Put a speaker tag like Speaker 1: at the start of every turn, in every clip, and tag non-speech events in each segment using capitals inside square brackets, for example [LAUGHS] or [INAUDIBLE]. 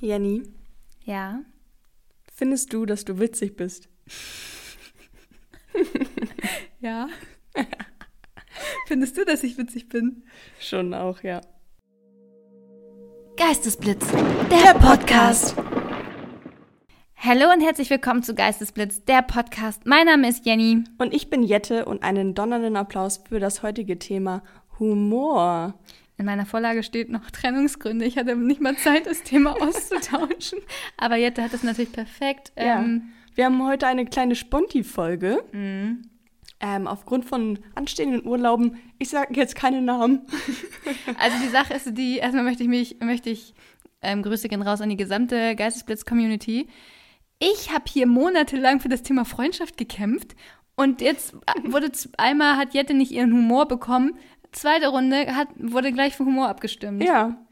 Speaker 1: Jenny,
Speaker 2: Ja.
Speaker 1: findest du, dass du witzig bist?
Speaker 2: Ja. [LAUGHS] Findest du, dass ich witzig bin?
Speaker 1: Schon auch, ja.
Speaker 2: Geistesblitz, der Podcast. Hallo und herzlich willkommen zu Geistesblitz, der Podcast. Mein Name ist Jenny.
Speaker 1: Und ich bin Jette und einen donnernden Applaus für das heutige Thema Humor.
Speaker 2: In meiner Vorlage steht noch Trennungsgründe. Ich hatte nicht mal Zeit, das Thema auszutauschen. [LAUGHS] Aber Jette hat das natürlich perfekt. Ähm,
Speaker 1: ja. Wir haben heute eine kleine Sponti-Folge.
Speaker 2: Mhm.
Speaker 1: Ähm, aufgrund von anstehenden Urlauben, ich sage jetzt keine Namen. [LAUGHS]
Speaker 2: Also die Sache ist die, erstmal möchte ich mich, möchte ich, ähm, Grüße gehen raus an die gesamte Geistesblitz-Community. Ich habe hier monatelang für das Thema Freundschaft gekämpft und jetzt äh, wurde z- einmal hat Jette nicht ihren Humor bekommen. Zweite Runde hat, wurde gleich für Humor abgestimmt.
Speaker 1: Ja.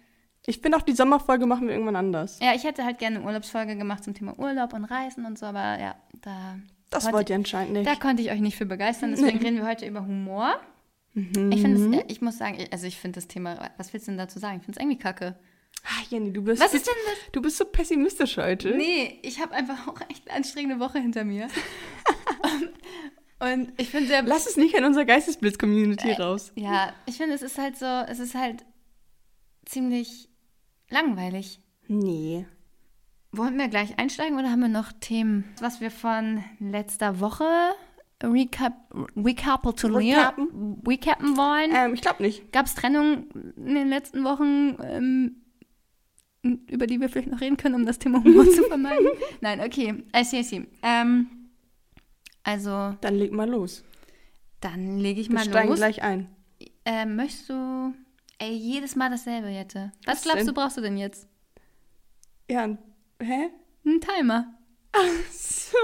Speaker 1: Ich finde auch, die Sommerfolge machen wir irgendwann anders.
Speaker 2: Ja, ich hätte halt gerne eine Urlaubsfolge gemacht zum Thema Urlaub und Reisen und so, aber ja, da,
Speaker 1: Das
Speaker 2: Heute-
Speaker 1: wollt ihr anscheinend nicht.
Speaker 2: da konnte ich euch nicht für begeistern. Deswegen reden wir heute über Humor.
Speaker 1: Mhm.
Speaker 2: Ich finde, es- ich muss sagen, ich- also ich finde das Thema, was willst du denn dazu sagen? Ich finde es irgendwie kacke.
Speaker 1: Ah, Jenny, du bist,
Speaker 2: Was ist denn das?
Speaker 1: du bist so pessimistisch heute.
Speaker 2: Nee, ich habe einfach auch echt eine anstrengende Woche hinter mir. [LAUGHS] und, und ich finde sehr.
Speaker 1: Lass es nicht an unserer Geistesblitz-Community
Speaker 2: Äh.
Speaker 1: raus.
Speaker 2: Ja, ich finde, es ist halt so, es ist halt ziemlich langweilig.
Speaker 1: Nee.
Speaker 2: Wollen wir gleich einsteigen oder haben wir noch Themen, was wir von letzter Woche recap recapitulieren,
Speaker 1: Recappen?
Speaker 2: recappen wollen?
Speaker 1: Ähm, ich glaube nicht.
Speaker 2: Gab es Trennungen in den letzten Wochen, ähm, über die wir vielleicht noch reden können, um das Thema
Speaker 1: [LAUGHS]
Speaker 2: Humor zu vermeiden? Nein, okay. I see, I see. Ähm, also,
Speaker 1: Dann leg mal los.
Speaker 2: dann lege ich
Speaker 1: Wir
Speaker 2: mal
Speaker 1: steigen
Speaker 2: los.
Speaker 1: gleich ein.
Speaker 2: Ähm, möchtest du. Ey, jedes Mal dasselbe, Jette. Was,
Speaker 1: Was
Speaker 2: glaubst
Speaker 1: denn?
Speaker 2: du, brauchst du denn jetzt?
Speaker 1: Ja, und- hä? [LAUGHS]
Speaker 2: Einen Timer.
Speaker 1: So.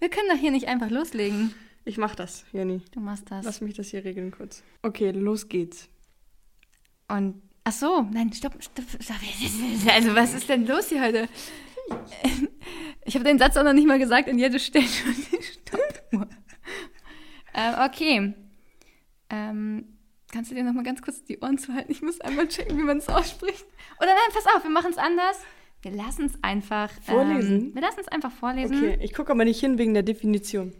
Speaker 2: Wir können doch hier nicht einfach loslegen.
Speaker 1: Ich mach das, Jenny.
Speaker 2: Du machst das.
Speaker 1: Lass mich das hier regeln kurz. Okay, los geht's.
Speaker 2: Und. Ach so, nein, stopp, stopp, stopp. [LAUGHS] Also, was ist denn los hier heute? Ich habe den Satz auch noch nicht mal gesagt und Jette stellt schon die Stoppuhr. ähm, okay. Ähm, kannst du dir noch mal ganz kurz die Ohren zuhalten? Ich muss einmal checken, wie man es ausspricht. Oder nein, pass auf, wir machen es anders. Wir lassen es einfach
Speaker 1: Vorlesen?
Speaker 2: Ähm, wir lassen es einfach vorlesen,
Speaker 1: Okay, ich gucke aber nicht hin wegen der Definition.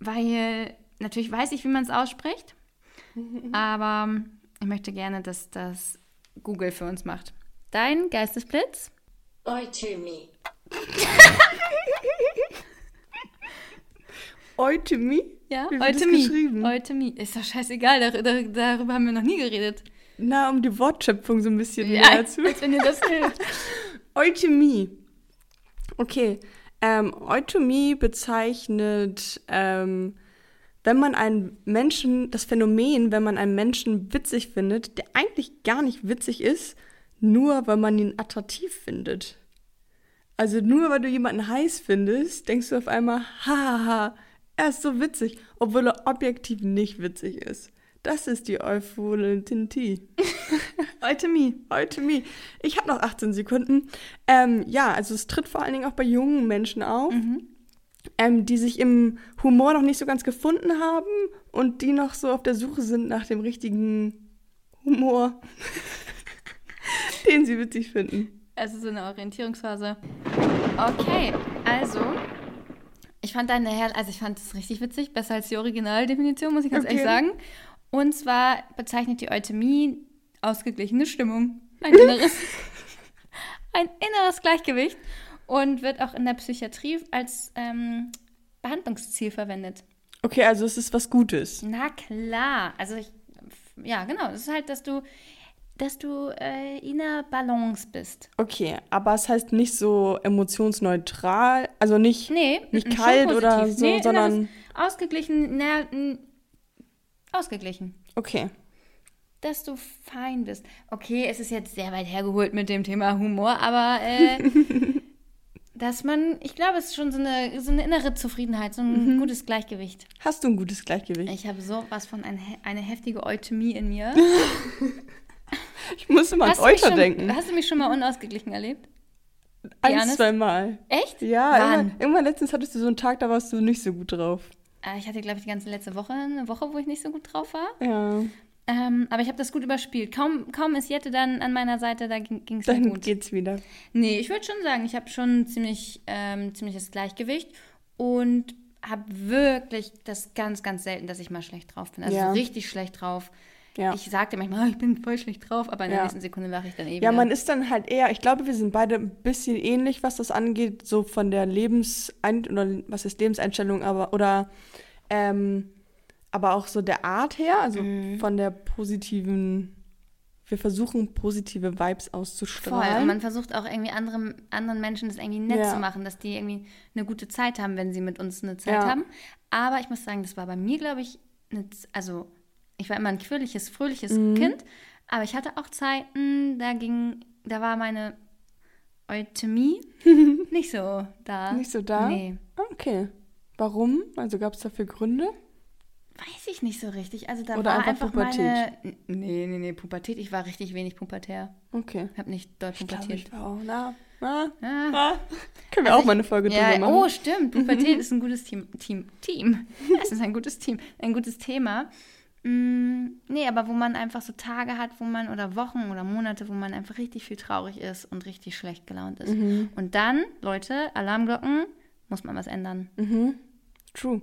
Speaker 2: weil natürlich weiß ich, wie man es ausspricht, aber ähm, ich möchte gerne, dass das Google für uns macht. Dein Geistesblitz?
Speaker 3: Oi to me.
Speaker 1: Eutemi?
Speaker 2: Ja,
Speaker 1: Wie wird das
Speaker 2: Eutemie.
Speaker 1: geschrieben?
Speaker 2: Eutemie. Ist doch scheißegal, dar dar darüber haben wir noch nie geredet.
Speaker 1: Na, um die Wortschöpfung so ein bisschen
Speaker 2: Ja,
Speaker 1: näher
Speaker 2: als
Speaker 1: zu.
Speaker 2: wenn dir
Speaker 1: [LAUGHS]
Speaker 2: das hilft.
Speaker 1: Eutemie. Okay. Ähm, Eutemie bezeichnet, ähm, wenn man einen Menschen, das Phänomen, wenn man einen Menschen witzig findet, der eigentlich gar nicht witzig ist, nur weil man ihn attraktiv findet. Also nur weil du jemanden heiß findest, denkst du auf einmal, haha, er ist so witzig, obwohl er objektiv nicht witzig ist. Das ist die Eupholentintie. Eutemie. Eutemie. Ich habe noch 18 Sekunden. Ähm, ja, also es tritt vor allen Dingen auch bei jungen Menschen auf, ähm, die sich im Humor noch nicht so ganz gefunden haben und die noch so auf der Suche sind nach dem richtigen Humor, [LAUGHS] den sie witzig finden.
Speaker 2: Also so eine Orientierungsphase. Okay, also. Ich fand deine Herr, also ich fand es richtig witzig, besser als die Originaldefinition, muss ich ganz
Speaker 1: Okay.
Speaker 2: ehrlich sagen. Und zwar bezeichnet die Eutemie ausgeglichene Stimmung. Ein inneres, ein inneres Gleichgewicht. Und wird auch in der Psychiatrie als ähm, Behandlungsziel verwendet.
Speaker 1: Okay, also es ist was Gutes.
Speaker 2: Na klar, also ich, ja genau, es ist halt, dass du, dass du äh, in der Balance bist.
Speaker 1: Okay, aber es heißt nicht so emotionsneutral, also nicht.
Speaker 2: Nee,
Speaker 1: Nicht
Speaker 2: mm, mm, schon
Speaker 1: kalt oder
Speaker 2: positiv.
Speaker 1: so,
Speaker 2: Nee, na, das
Speaker 1: sondern-
Speaker 2: ist ausgeglichen, na, mm, ausgeglichen,
Speaker 1: Okay.
Speaker 2: dass du fein bist. Okay, es ist jetzt sehr weit hergeholt mit dem Thema Humor, aber
Speaker 1: [LAUGHS]
Speaker 2: äh, dass man, ich glaube, es ist schon so eine, so eine innere Zufriedenheit, so
Speaker 1: Mhm.
Speaker 2: ein gutes Gleichgewicht.
Speaker 1: Hast du ein gutes Gleichgewicht?
Speaker 2: Ich habe sowas von ein, eine heftige Eutemie in mir.
Speaker 1: Ich muss immer [LAUGHS] an
Speaker 2: Hast du mich
Speaker 1: Euter
Speaker 2: schon,
Speaker 1: denken.
Speaker 2: Hast du mich schon mal unausgeglichen erlebt?
Speaker 1: Ein,
Speaker 2: Janis?
Speaker 1: zwei Mal.
Speaker 2: Echt?
Speaker 1: Ja,
Speaker 2: Wann?
Speaker 1: irgendwann, irgendwann letztens hattest du so einen Tag, da warst du nicht so gut drauf.
Speaker 2: Äh, Ich hatte, glaube ich, die ganze letzte Woche eine Woche, wo ich nicht so gut drauf war.
Speaker 1: Ja.
Speaker 2: Ähm, aber ich habe das gut überspielt. Kaum, kaum ist Jette dann an meiner Seite, da ging es
Speaker 1: Dann
Speaker 2: gut.
Speaker 1: geht's wieder.
Speaker 2: Nee, ich würde schon sagen, ich habe schon ziemlich ähm, ziemliches Gleichgewicht und habe wirklich das ganz, ganz selten, dass ich mal schlecht drauf bin. Also
Speaker 1: Ja.
Speaker 2: so richtig schlecht drauf.
Speaker 1: Ja.
Speaker 2: Ich sagte manchmal, [LAUGHS] "Oh, ich bin voll schlecht drauf, aber in
Speaker 1: Ja.
Speaker 2: der nächsten Sekunde lache ich dann eben.
Speaker 1: Ja, man ist dann halt eher, ich glaube, wir sind beide ein bisschen ähnlich, was das angeht, so von der Lebensein oder was ist Lebenseinstellung, aber oder ähm, aber auch so der Art her, also
Speaker 2: Mhm.
Speaker 1: von der positiven, wir versuchen positive Vibes
Speaker 2: voll. Und
Speaker 1: auszustrahlen.
Speaker 2: man versucht auch irgendwie anderen, anderen Menschen das irgendwie nett
Speaker 1: Ja.
Speaker 2: zu machen, dass die irgendwie eine gute Zeit haben, wenn sie mit uns eine Zeit
Speaker 1: Ja.
Speaker 2: haben. Aber ich muss sagen, das war bei mir, glaube ich, eine Z- also ich war immer ein quirliges, fröhliches
Speaker 1: Mhm.
Speaker 2: Kind, aber ich hatte auch Zeiten, da ging, da war meine
Speaker 1: [LAUGHS]
Speaker 2: Euthymie nicht so da.
Speaker 1: Nicht so da?
Speaker 2: Nee.
Speaker 1: okay. Warum? Also gab es dafür Gründe?
Speaker 2: Weiß ich nicht so richtig. Also da
Speaker 1: Oder
Speaker 2: war
Speaker 1: einfach
Speaker 2: einfach,
Speaker 1: Pubertät.
Speaker 2: meine. Nee, nee, nee, Pubertät. Ich war richtig wenig pubertär.
Speaker 1: Okay.
Speaker 2: Ich habe nicht doll
Speaker 1: Ich glaube,
Speaker 2: pubertiert.
Speaker 1: ich war auch. Na, na,
Speaker 2: Ah.
Speaker 1: na. Können wir auch
Speaker 2: Also
Speaker 1: mal
Speaker 2: ich-
Speaker 1: eine Folge
Speaker 2: ja,
Speaker 1: drüber machen? Mhm.
Speaker 2: Oh, stimmt. Pubertät ist ein gutes Team. Team. Team. [LAUGHS] Das ist ein gutes Team. Ein gutes Thema. Mm, nee, aber wo man einfach so Tage hat, wo man, oder Wochen oder Monate, wo man einfach richtig viel traurig ist und richtig schlecht gelaunt ist.
Speaker 1: Mhm.
Speaker 2: Und dann, Leute, Alarmglocken, muss man was ändern.
Speaker 1: Mhm. True.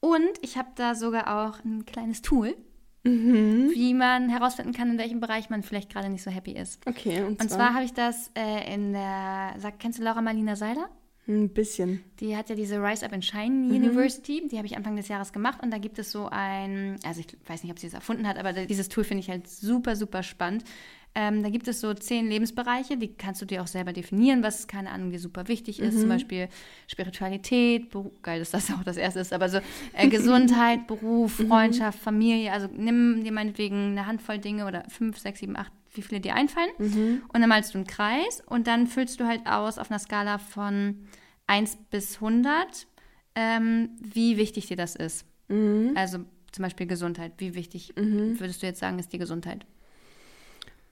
Speaker 2: Und ich habe da sogar auch ein kleines Tool,
Speaker 1: Mhm.
Speaker 2: wie man herausfinden kann, in welchem Bereich man vielleicht gerade nicht so happy ist.
Speaker 1: Okay, und,
Speaker 2: Und zwar habe ich das äh, in der, sag, kennst du Laura Marlina Seiler?
Speaker 1: ein bisschen.
Speaker 2: Die hat ja diese Rise Up and Shine University, die habe ich Anfang des Jahres gemacht und da gibt es so ein, also ich weiß nicht, ob sie es erfunden hat, aber dieses Tool finde ich halt super, super spannend. Ähm, da gibt es so zehn Lebensbereiche, die kannst du dir auch selber definieren, was, keine Ahnung, dir super wichtig ist. Zum Beispiel Spiritualität, Beruf, geil, dass das [LAUGHS] auch das erste ist, aber so äh, Gesundheit, Beruf, Freundschaft, Familie. Also nimm dir meinetwegen eine Handvoll Dinge oder fünf, sechs, sieben, acht, wie viele dir einfallen. Und dann malst du einen Kreis und dann füllst du halt aus auf einer Skala von 1 bis 100, ähm, wie wichtig dir das ist.
Speaker 1: Mhm.
Speaker 2: Also zum Beispiel Gesundheit. Wie wichtig würdest du jetzt sagen, ist die Gesundheit?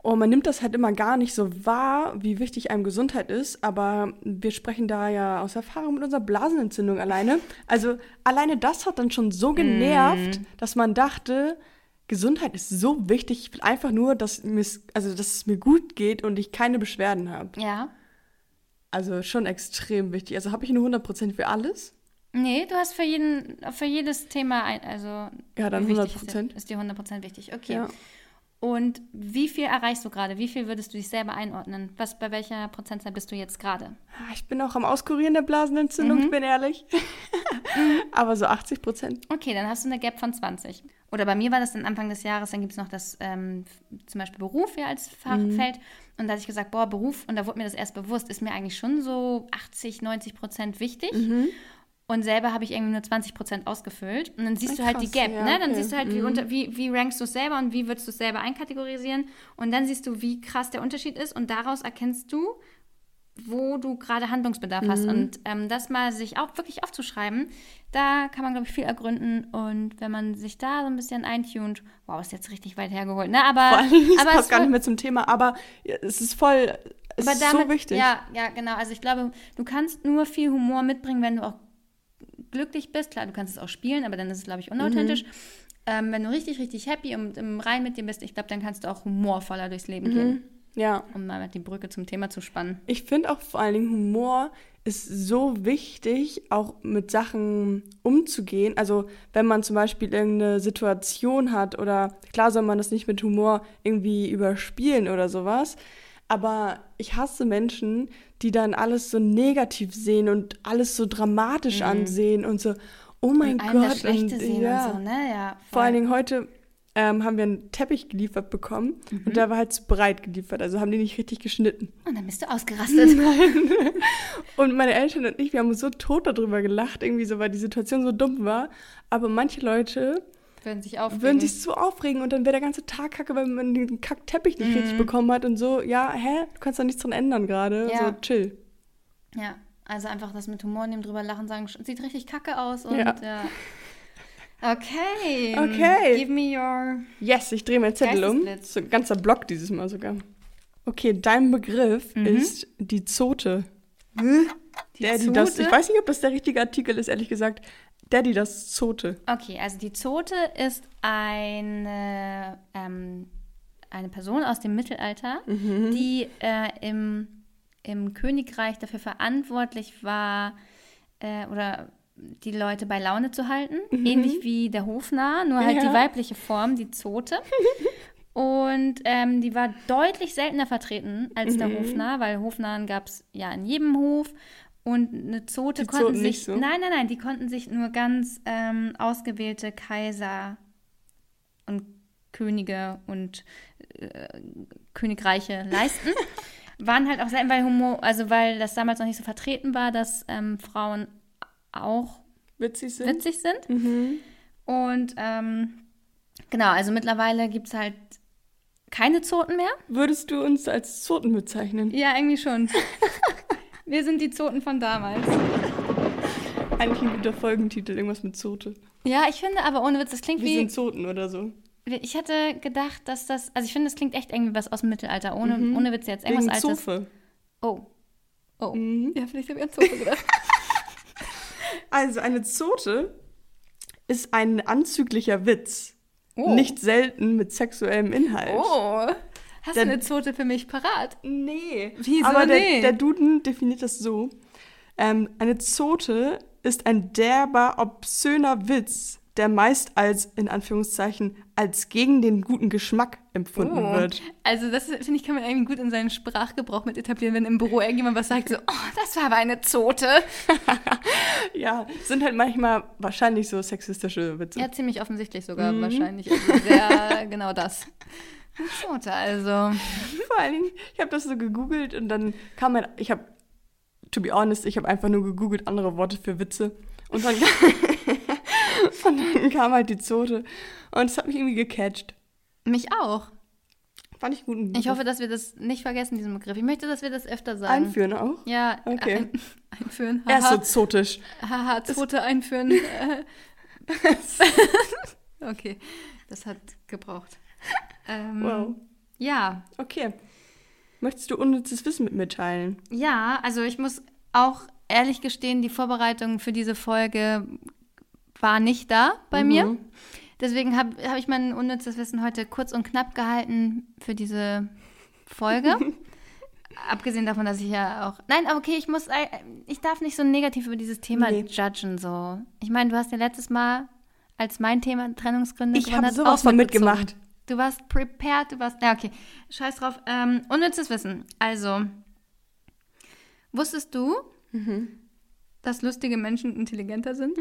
Speaker 1: Oh, man nimmt das halt immer gar nicht so wahr, wie wichtig einem Gesundheit ist, aber wir sprechen da ja aus Erfahrung mit unserer Blasenentzündung alleine. Also alleine das hat dann schon so genervt, dass man dachte, Gesundheit ist so wichtig, ich will einfach nur, dass, mir's, also, dass es mir gut geht und ich keine Beschwerden habe.
Speaker 2: Ja.
Speaker 1: Also schon extrem wichtig. Also habe ich nur 100% für alles?
Speaker 2: Nee, du hast für, jeden, für jedes Thema ein, also
Speaker 1: Ja, dann
Speaker 2: wie wichtig
Speaker 1: 100%.
Speaker 2: Ist, dir- ist dir 100% wichtig. Okay.
Speaker 1: Ja.
Speaker 2: Und wie viel erreichst du gerade? Wie viel würdest du dich selber einordnen? Was bei welcher Prozentzahl bist du jetzt gerade?
Speaker 1: Ah, Ich bin auch am Auskurieren der Blasenentzündung, ich bin ehrlich. [LAUGHS] aber so 80%.
Speaker 2: Okay, dann hast du eine Gap von 20. Oder bei mir war das dann Anfang des Jahres, dann gibt es noch das ähm, f- zum Beispiel Beruf ja als Fachfeld.
Speaker 1: Mhm.
Speaker 2: Und da hatte ich gesagt, boah, Beruf, und da wurde mir das erst bewusst, ist mir eigentlich schon so 80, 90 Prozent wichtig.
Speaker 1: Mhm.
Speaker 2: Und selber habe ich irgendwie nur 20 Prozent ausgefüllt. Und dann siehst
Speaker 1: Ah,
Speaker 2: du halt die
Speaker 1: krass,
Speaker 2: Gap,
Speaker 1: ja,
Speaker 2: ne? Dann
Speaker 1: okay. Mhm.
Speaker 2: siehst du halt, wie, unter, wie, wie rankst du es selber und wie würdest du es selber einkategorisieren. Und dann siehst du, wie krass der Unterschied ist. Und daraus erkennst du, wo du gerade Handlungsbedarf hast.
Speaker 1: Mhm.
Speaker 2: Und ähm, das mal sich auch wirklich aufzuschreiben, da kann man, glaube ich, viel ergründen. Und wenn man sich da so ein bisschen eintunt, wow, ist jetzt richtig weit hergeholt. Ne? Aber,
Speaker 1: Vor allem, es
Speaker 2: aber
Speaker 1: passt gar
Speaker 2: voll-
Speaker 1: nicht mehr zum Thema, aber es ist voll, es
Speaker 2: aber
Speaker 1: ist so
Speaker 2: damit-
Speaker 1: wichtig.
Speaker 2: Ja, ja, genau. Also ich glaube, du kannst nur viel Humor mitbringen, wenn du auch glücklich bist. Klar, du kannst es auch spielen, aber dann ist es, glaube ich, unauthentisch.
Speaker 1: Mhm.
Speaker 2: Ähm, wenn du richtig, richtig happy und im Rein mit dir bist, ich glaube, dann kannst du auch humorvoller durchs Leben gehen,
Speaker 1: ja.
Speaker 2: um mal die Brücke zum Thema zu spannen.
Speaker 1: Ich finde auch vor allen Dingen Humor ist so wichtig, auch mit Sachen umzugehen. Also wenn man zum Beispiel irgendeine Situation hat oder klar soll man das nicht mit Humor irgendwie überspielen oder sowas. Aber ich hasse Menschen, die dann alles so negativ sehen und alles so dramatisch ansehen und so, oh mein
Speaker 2: und allem
Speaker 1: Gott.
Speaker 2: das Mhm. Schlechte
Speaker 1: und,
Speaker 2: sehen
Speaker 1: ja.
Speaker 2: und so, ne? Ja,
Speaker 1: Vor
Speaker 2: voll.
Speaker 1: allen Dingen heute ähm, haben wir einen Teppich geliefert bekommen und der war halt zu breit geliefert, also haben die nicht richtig geschnitten.
Speaker 2: Und dann bist du [LAUGHS] ausgerastet.
Speaker 1: Und meine Eltern und ich, wir haben uns so tot darüber gelacht, irgendwie so, weil die Situation so dumm war. Aber manche Leute
Speaker 2: Würden sich aufregen.
Speaker 1: würden sich so aufregen und dann wäre der ganze Tag kacke, weil man den Kackteppich nicht richtig bekommen hat und so, ja, hä, du kannst doch nichts dran ändern gerade.
Speaker 2: Ja.
Speaker 1: So, chill.
Speaker 2: ja, also einfach das mit Humor nehmen, drüber lachen, sagen, "Sch- sieht richtig kacke aus und
Speaker 1: Ja.
Speaker 2: ja. Okay.
Speaker 1: Okay.
Speaker 2: Give me your.
Speaker 1: Yes, ich drehe meinen Zettel um.
Speaker 2: Geistesblitz.
Speaker 1: So ein ganzer Block dieses Mal sogar. Okay, dein Begriff
Speaker 2: Mhm.
Speaker 1: ist die Zote.
Speaker 2: Die
Speaker 1: der, die das,
Speaker 2: Zote.
Speaker 1: ich weiß nicht, ob das der richtige Artikel ist, ehrlich gesagt. Daddy, das Zote.
Speaker 2: Okay, also die Zote ist eine, ähm, eine Person aus dem Mittelalter,
Speaker 1: Mhm.
Speaker 2: die äh, im, im Königreich dafür verantwortlich war, äh, oder die Leute bei Laune zu halten. Ähnlich wie der Hofnarr, nur halt
Speaker 1: Mhm. Ja.
Speaker 2: die weibliche Form, die Zote. Und ähm, die war deutlich seltener vertreten als der
Speaker 1: Mhm.
Speaker 2: Hofnarr, weil Hofnarren gab es ja in jedem Hof. Und eine Zote
Speaker 1: Die
Speaker 2: konnten
Speaker 1: Zoten
Speaker 2: sich.
Speaker 1: nicht so?
Speaker 2: Nein, nein, nein, die konnten sich nur ganz ähm, ausgewählte Kaiser und Könige und äh,
Speaker 1: [LAUGHS]
Speaker 2: Königreiche leisten. Waren halt auch selten, weil Homo, also weil das damals noch nicht so vertreten war, dass ähm, Frauen auch
Speaker 1: Witzig sind.
Speaker 2: witzig sind. Mhm. Und ähm, genau, also mittlerweile gibt es halt keine Zoten mehr.
Speaker 1: Würdest du uns als Zoten bezeichnen?
Speaker 2: Ja, irgendwie schon. [LAUGHS] Wir sind die Zoten von damals.
Speaker 1: Eigentlich ein guter Folgentitel, irgendwas mit Zote.
Speaker 2: Ja, ich finde aber ohne Witz, das klingt
Speaker 1: Wir
Speaker 2: wie.
Speaker 1: sind Zoten oder so.
Speaker 2: Ich hätte gedacht, dass das. Also ich finde, das klingt echt irgendwie was aus dem Mittelalter. Ohne, ohne Witz jetzt. Irgendwas
Speaker 1: Wegen
Speaker 2: Altes.
Speaker 1: Zofe.
Speaker 2: Oh. Oh. Ja, vielleicht habe ich an Zofe gedacht.
Speaker 1: Also eine Zote ist ein anzüglicher Witz.
Speaker 2: Oh.
Speaker 1: Nicht selten mit sexuellem Inhalt.
Speaker 2: oh. Hast du
Speaker 1: Dann-
Speaker 2: eine Zote für mich parat?
Speaker 1: Nee.
Speaker 2: Wieso
Speaker 1: Aber der,
Speaker 2: nee?
Speaker 1: der Duden definiert das so. Ähm, eine Zote ist ein derber, obszöner Witz, der meist als, in Anführungszeichen, als gegen den guten Geschmack empfunden
Speaker 2: Oh.
Speaker 1: wird.
Speaker 2: Also das, finde ich, kann man irgendwie gut in seinen Sprachgebrauch mit etablieren, wenn im Büro irgendjemand was sagt, so, oh, das war aber eine Zote.
Speaker 1: Ja, sind halt manchmal wahrscheinlich so sexistische Witze.
Speaker 2: Ja, ziemlich offensichtlich sogar
Speaker 1: Mhm.
Speaker 2: wahrscheinlich. Also sehr genau das. Eine Zote, also.
Speaker 1: [LAUGHS] Vor allen Dingen, ich habe das so gegoogelt und dann kam mein, ich habe, to be honest, ich habe einfach nur gegoogelt andere Worte für Witze. Und dann, [LAUGHS] und dann kam halt die Zote. Und es hat mich irgendwie gecatcht.
Speaker 2: Mich auch.
Speaker 1: Fand ich einen guten
Speaker 2: Ich hoffe, dass wir das nicht vergessen, diesen Begriff. Ich möchte, dass wir das öfter sagen.
Speaker 1: Einführen auch.
Speaker 2: Ja,
Speaker 1: Okay.
Speaker 2: ein, einführen.
Speaker 1: Er ist so
Speaker 2: Haha,
Speaker 1: zotisch.
Speaker 2: haha
Speaker 1: [LAUGHS]
Speaker 2: Zote einführen. Äh, okay, das hat gebraucht. Ähm,
Speaker 1: Wow.
Speaker 2: Ja,
Speaker 1: Okay. Möchtest du unnützes Wissen mit mir teilen?
Speaker 2: Ja, also ich muss auch ehrlich gestehen, die Vorbereitung für diese Folge war nicht da bei mir.
Speaker 1: Mhm.
Speaker 2: Deswegen habe hab ich mein unnützes Wissen heute kurz und knapp gehalten für diese
Speaker 1: [LAUGHS]
Speaker 2: Folge. Abgesehen davon, dass ich ja auch. Nein, aber okay, ich muss. ei- Ich darf nicht so negativ über dieses Thema
Speaker 1: Nee.
Speaker 2: judgen, so. Ich meine, du hast ja letztes Mal, als mein Thema Trennungsgründe
Speaker 1: Ich hab
Speaker 2: gewonnen hat,
Speaker 1: sowas
Speaker 2: auch
Speaker 1: von
Speaker 2: mitgezogen.
Speaker 1: mitgemacht.
Speaker 2: Du warst prepared, du warst. Na, okay. Scheiß drauf. Ähm, unnützes Wissen. Also, wusstest du, dass lustige Menschen intelligenter sind?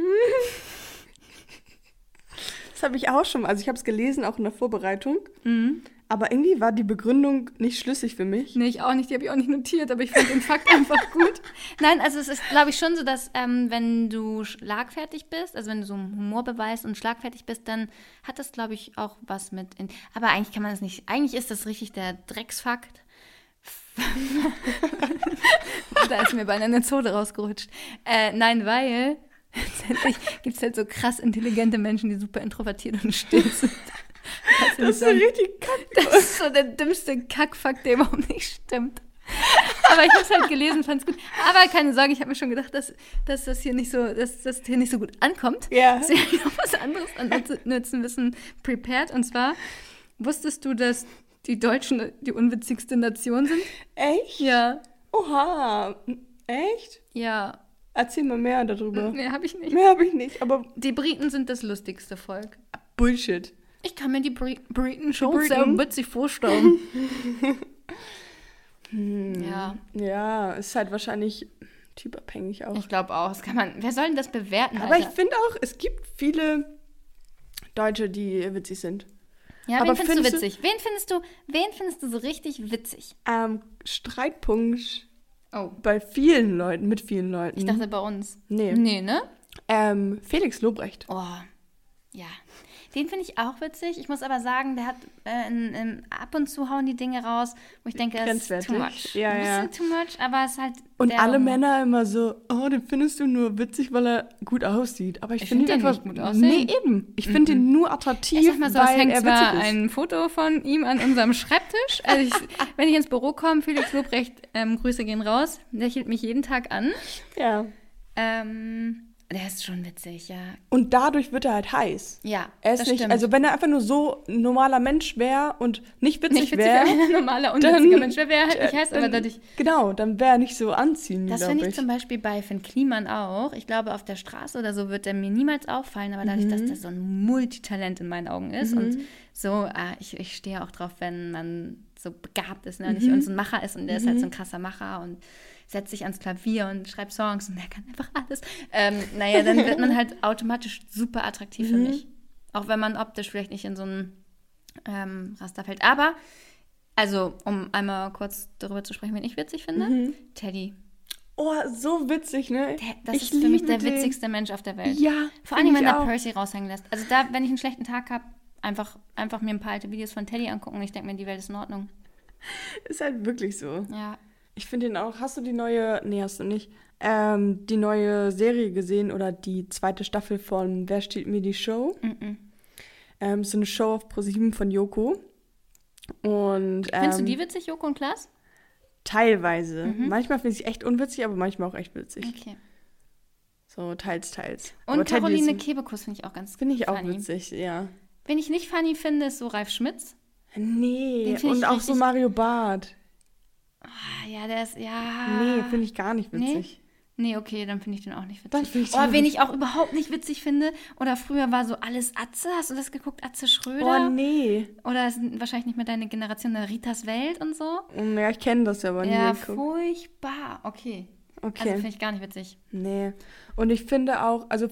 Speaker 1: Das habe ich auch schon. Also ich habe es gelesen, auch in der Vorbereitung. Aber irgendwie war die Begründung nicht schlüssig für mich.
Speaker 2: Nee, ich auch nicht. Die habe ich auch nicht notiert, aber ich fand den Fakt einfach [LAUGHS] gut. Nein, also es ist, glaube ich, schon so, dass ähm, wenn du schlagfertig bist, also wenn du so einen Humor beweist und schlagfertig bist, dann hat das, glaube ich, auch was mit... In aber eigentlich kann man das nicht... Eigentlich ist das richtig der Drecksfakt. [LAUGHS] da ist mir beinahe eine Zode rausgerutscht. Äh, nein, weil... [LAUGHS] Letztendlich gibt es halt so krass intelligente Menschen, die super introvertiert und still sind. Weißt du,
Speaker 1: Das ist so
Speaker 2: die sagen-
Speaker 1: richtig kacke.
Speaker 2: das ist so der dümmste Kackfakt, der überhaupt nicht stimmt. Aber ich habe es halt gelesen, fand es gut. Aber keine Sorge, ich habe mir schon gedacht, dass, dass das hier nicht so, dass das hier nicht so gut ankommt.
Speaker 1: Ja.
Speaker 2: Deswegen hab ich noch was anderes an Nutz- Nutzen wissen prepared. Und zwar wusstest du, dass die Deutschen die unwitzigste Nation sind?
Speaker 1: Echt?
Speaker 2: Ja.
Speaker 1: Oha. Echt?
Speaker 2: Ja.
Speaker 1: Erzähl mal mehr darüber.
Speaker 2: Mehr habe ich nicht.
Speaker 1: Mehr habe ich nicht, aber
Speaker 2: Die Briten sind das lustigste Volk.
Speaker 1: Bullshit.
Speaker 2: Ich kann mir die Bri Briten schon
Speaker 1: Briten.
Speaker 2: sehr witzig [LAUGHS] vorstellen. Hm. Ja.
Speaker 1: Ja, ist halt wahrscheinlich typabhängig auch.
Speaker 2: Ich glaube auch, das kann man. Wer soll denn das bewerten?
Speaker 1: aber ich
Speaker 2: Alter?
Speaker 1: finde auch, es gibt viele Deutsche, die witzig sind.
Speaker 2: Ja,
Speaker 1: Aber
Speaker 2: wen findest,
Speaker 1: findest
Speaker 2: du
Speaker 1: du-
Speaker 2: witzig? Wen findest du, wen findest du so richtig witzig?
Speaker 1: Ähm, Streitpunkt
Speaker 2: Oh,
Speaker 1: bei vielen Leuten, mit vielen Leuten.
Speaker 2: ich dachte bei uns.
Speaker 1: Nee.
Speaker 2: Nee, ne?
Speaker 1: Ähm, Felix Lobrecht.
Speaker 2: Oh, ja. Den finde ich auch witzig. Ich muss aber sagen, der hat äh, in, in, ab und zu hauen die Dinge raus, wo ich denke, es ist too
Speaker 1: Grenzwertig.
Speaker 2: much.
Speaker 1: Ja,
Speaker 2: Ein
Speaker 1: ja.
Speaker 2: bisschen too much, aber es ist halt.
Speaker 1: Und
Speaker 2: der
Speaker 1: alle
Speaker 2: Humor.
Speaker 1: Männer immer so, oh, den findest du nur witzig, weil er gut aussieht. Aber ich,
Speaker 2: Ich
Speaker 1: finde
Speaker 2: find
Speaker 1: ihn
Speaker 2: den
Speaker 1: einfach
Speaker 2: nicht gut aussehen. Mhm.
Speaker 1: Nee, eben. Ich finde ihn nur attraktiv,
Speaker 2: Ich sag mal so, es
Speaker 1: weil
Speaker 2: hängt
Speaker 1: er
Speaker 2: zwar
Speaker 1: witzig ist.
Speaker 2: ein Foto von ihm an unserem Schreibtisch. Also ich, [LAUGHS] wenn ich ins Büro komme, Felix Lobrecht, ähm, Grüße gehen raus, lächelt mich jeden Tag an.
Speaker 1: ja.
Speaker 2: Ähm, Der ist schon witzig, ja.
Speaker 1: Und dadurch wird er halt heiß.
Speaker 2: Ja,
Speaker 1: Er ist
Speaker 2: das
Speaker 1: nicht,
Speaker 2: stimmt.
Speaker 1: also wenn er einfach nur so ein normaler Mensch wäre und nicht witzig
Speaker 2: nicht witzig,
Speaker 1: wäre,
Speaker 2: wär, [LAUGHS] wenn ein normaler, unwitziger
Speaker 1: dann
Speaker 2: Mensch wäre, wäre halt nicht heiß, aber
Speaker 1: dann-
Speaker 2: dadurch...
Speaker 1: Genau, dann wäre er nicht so anziehend,
Speaker 2: Das
Speaker 1: glaube
Speaker 2: finde ich
Speaker 1: ich.
Speaker 2: zum Beispiel bei Finn Kliman auch. Ich glaube, auf der Straße oder so wird er mir niemals auffallen, aber dadurch, dass der so ein Multitalent in meinen Augen ist und so, äh, ich, ich stehe auch drauf, wenn man so begabt ist ne, und nicht und so ein Macher ist und der ist halt so ein krasser Macher und setzt sich ans Klavier und schreibt Songs und der kann einfach alles. Ähm, naja, dann wird man halt automatisch super attraktiv für mich. Auch wenn man optisch vielleicht nicht in so einem ähm, Raster fällt. Aber, also, um einmal kurz darüber zu sprechen, wen ich witzig finde, Teddy.
Speaker 1: Oh, so witzig, ne?
Speaker 2: Der, das ist für mich der witzigste Mensch auf der Welt.
Speaker 1: Ja,
Speaker 2: Vor allem,
Speaker 1: find
Speaker 2: wenn
Speaker 1: ich
Speaker 2: er
Speaker 1: auch.
Speaker 2: Percy raushängen lässt. Also da, wenn ich einen schlechten Tag habe, einfach, einfach mir ein paar alte Videos von Teddy angucken. und Ich denke mir, die Welt ist in Ordnung.
Speaker 1: Ist halt wirklich so.
Speaker 2: Ja.
Speaker 1: Ich finde ihn auch. Hast du die neue, nee, hast du nicht, ähm, die neue Serie gesehen oder die zweite Staffel von Wer steht mir die Show?
Speaker 2: Mm-mm.
Speaker 1: Ähm, ist so eine Show auf ProSieben von Joko. Und ähm,
Speaker 2: Findest du die witzig, Joko und Klaas?
Speaker 1: teilweise. Manchmal finde ich sie echt unwitzig, aber manchmal auch echt witzig.
Speaker 2: Okay.
Speaker 1: So teils, teils.
Speaker 2: Und
Speaker 1: aber Teddy
Speaker 2: Caroline
Speaker 1: ist-
Speaker 2: Kebekus finde ich auch ganz
Speaker 1: Finde ich auch
Speaker 2: funny.
Speaker 1: witzig, ja.
Speaker 2: Wenn ich nicht funny finde, ist so Ralf Schmitz. Den
Speaker 1: Nee,
Speaker 2: find ich
Speaker 1: und auch so
Speaker 2: richtig-
Speaker 1: Mario Barth.
Speaker 2: Ah, ja, der ist, ja.
Speaker 1: Nee, finde ich gar nicht
Speaker 2: Ah. Nee?
Speaker 1: witzig.
Speaker 2: Nee, okay, dann finde ich den auch nicht
Speaker 1: Dann
Speaker 2: witzig.
Speaker 1: finde ich
Speaker 2: oh,
Speaker 1: den-
Speaker 2: wen ich auch überhaupt nicht witzig finde, oder früher war so alles Atze, hast du das geguckt? Atze Schröder?
Speaker 1: Oh, nee.
Speaker 2: Oder ist wahrscheinlich nicht mehr deine Generation, der Ritas Welt und so?
Speaker 1: Hm, Ja, ich kenne das ja aber nie
Speaker 2: Ja,
Speaker 1: geguckt.
Speaker 2: furchtbar. Okay. Also
Speaker 1: Okay.
Speaker 2: finde ich gar nicht witzig.
Speaker 1: nee. Und ich finde auch, also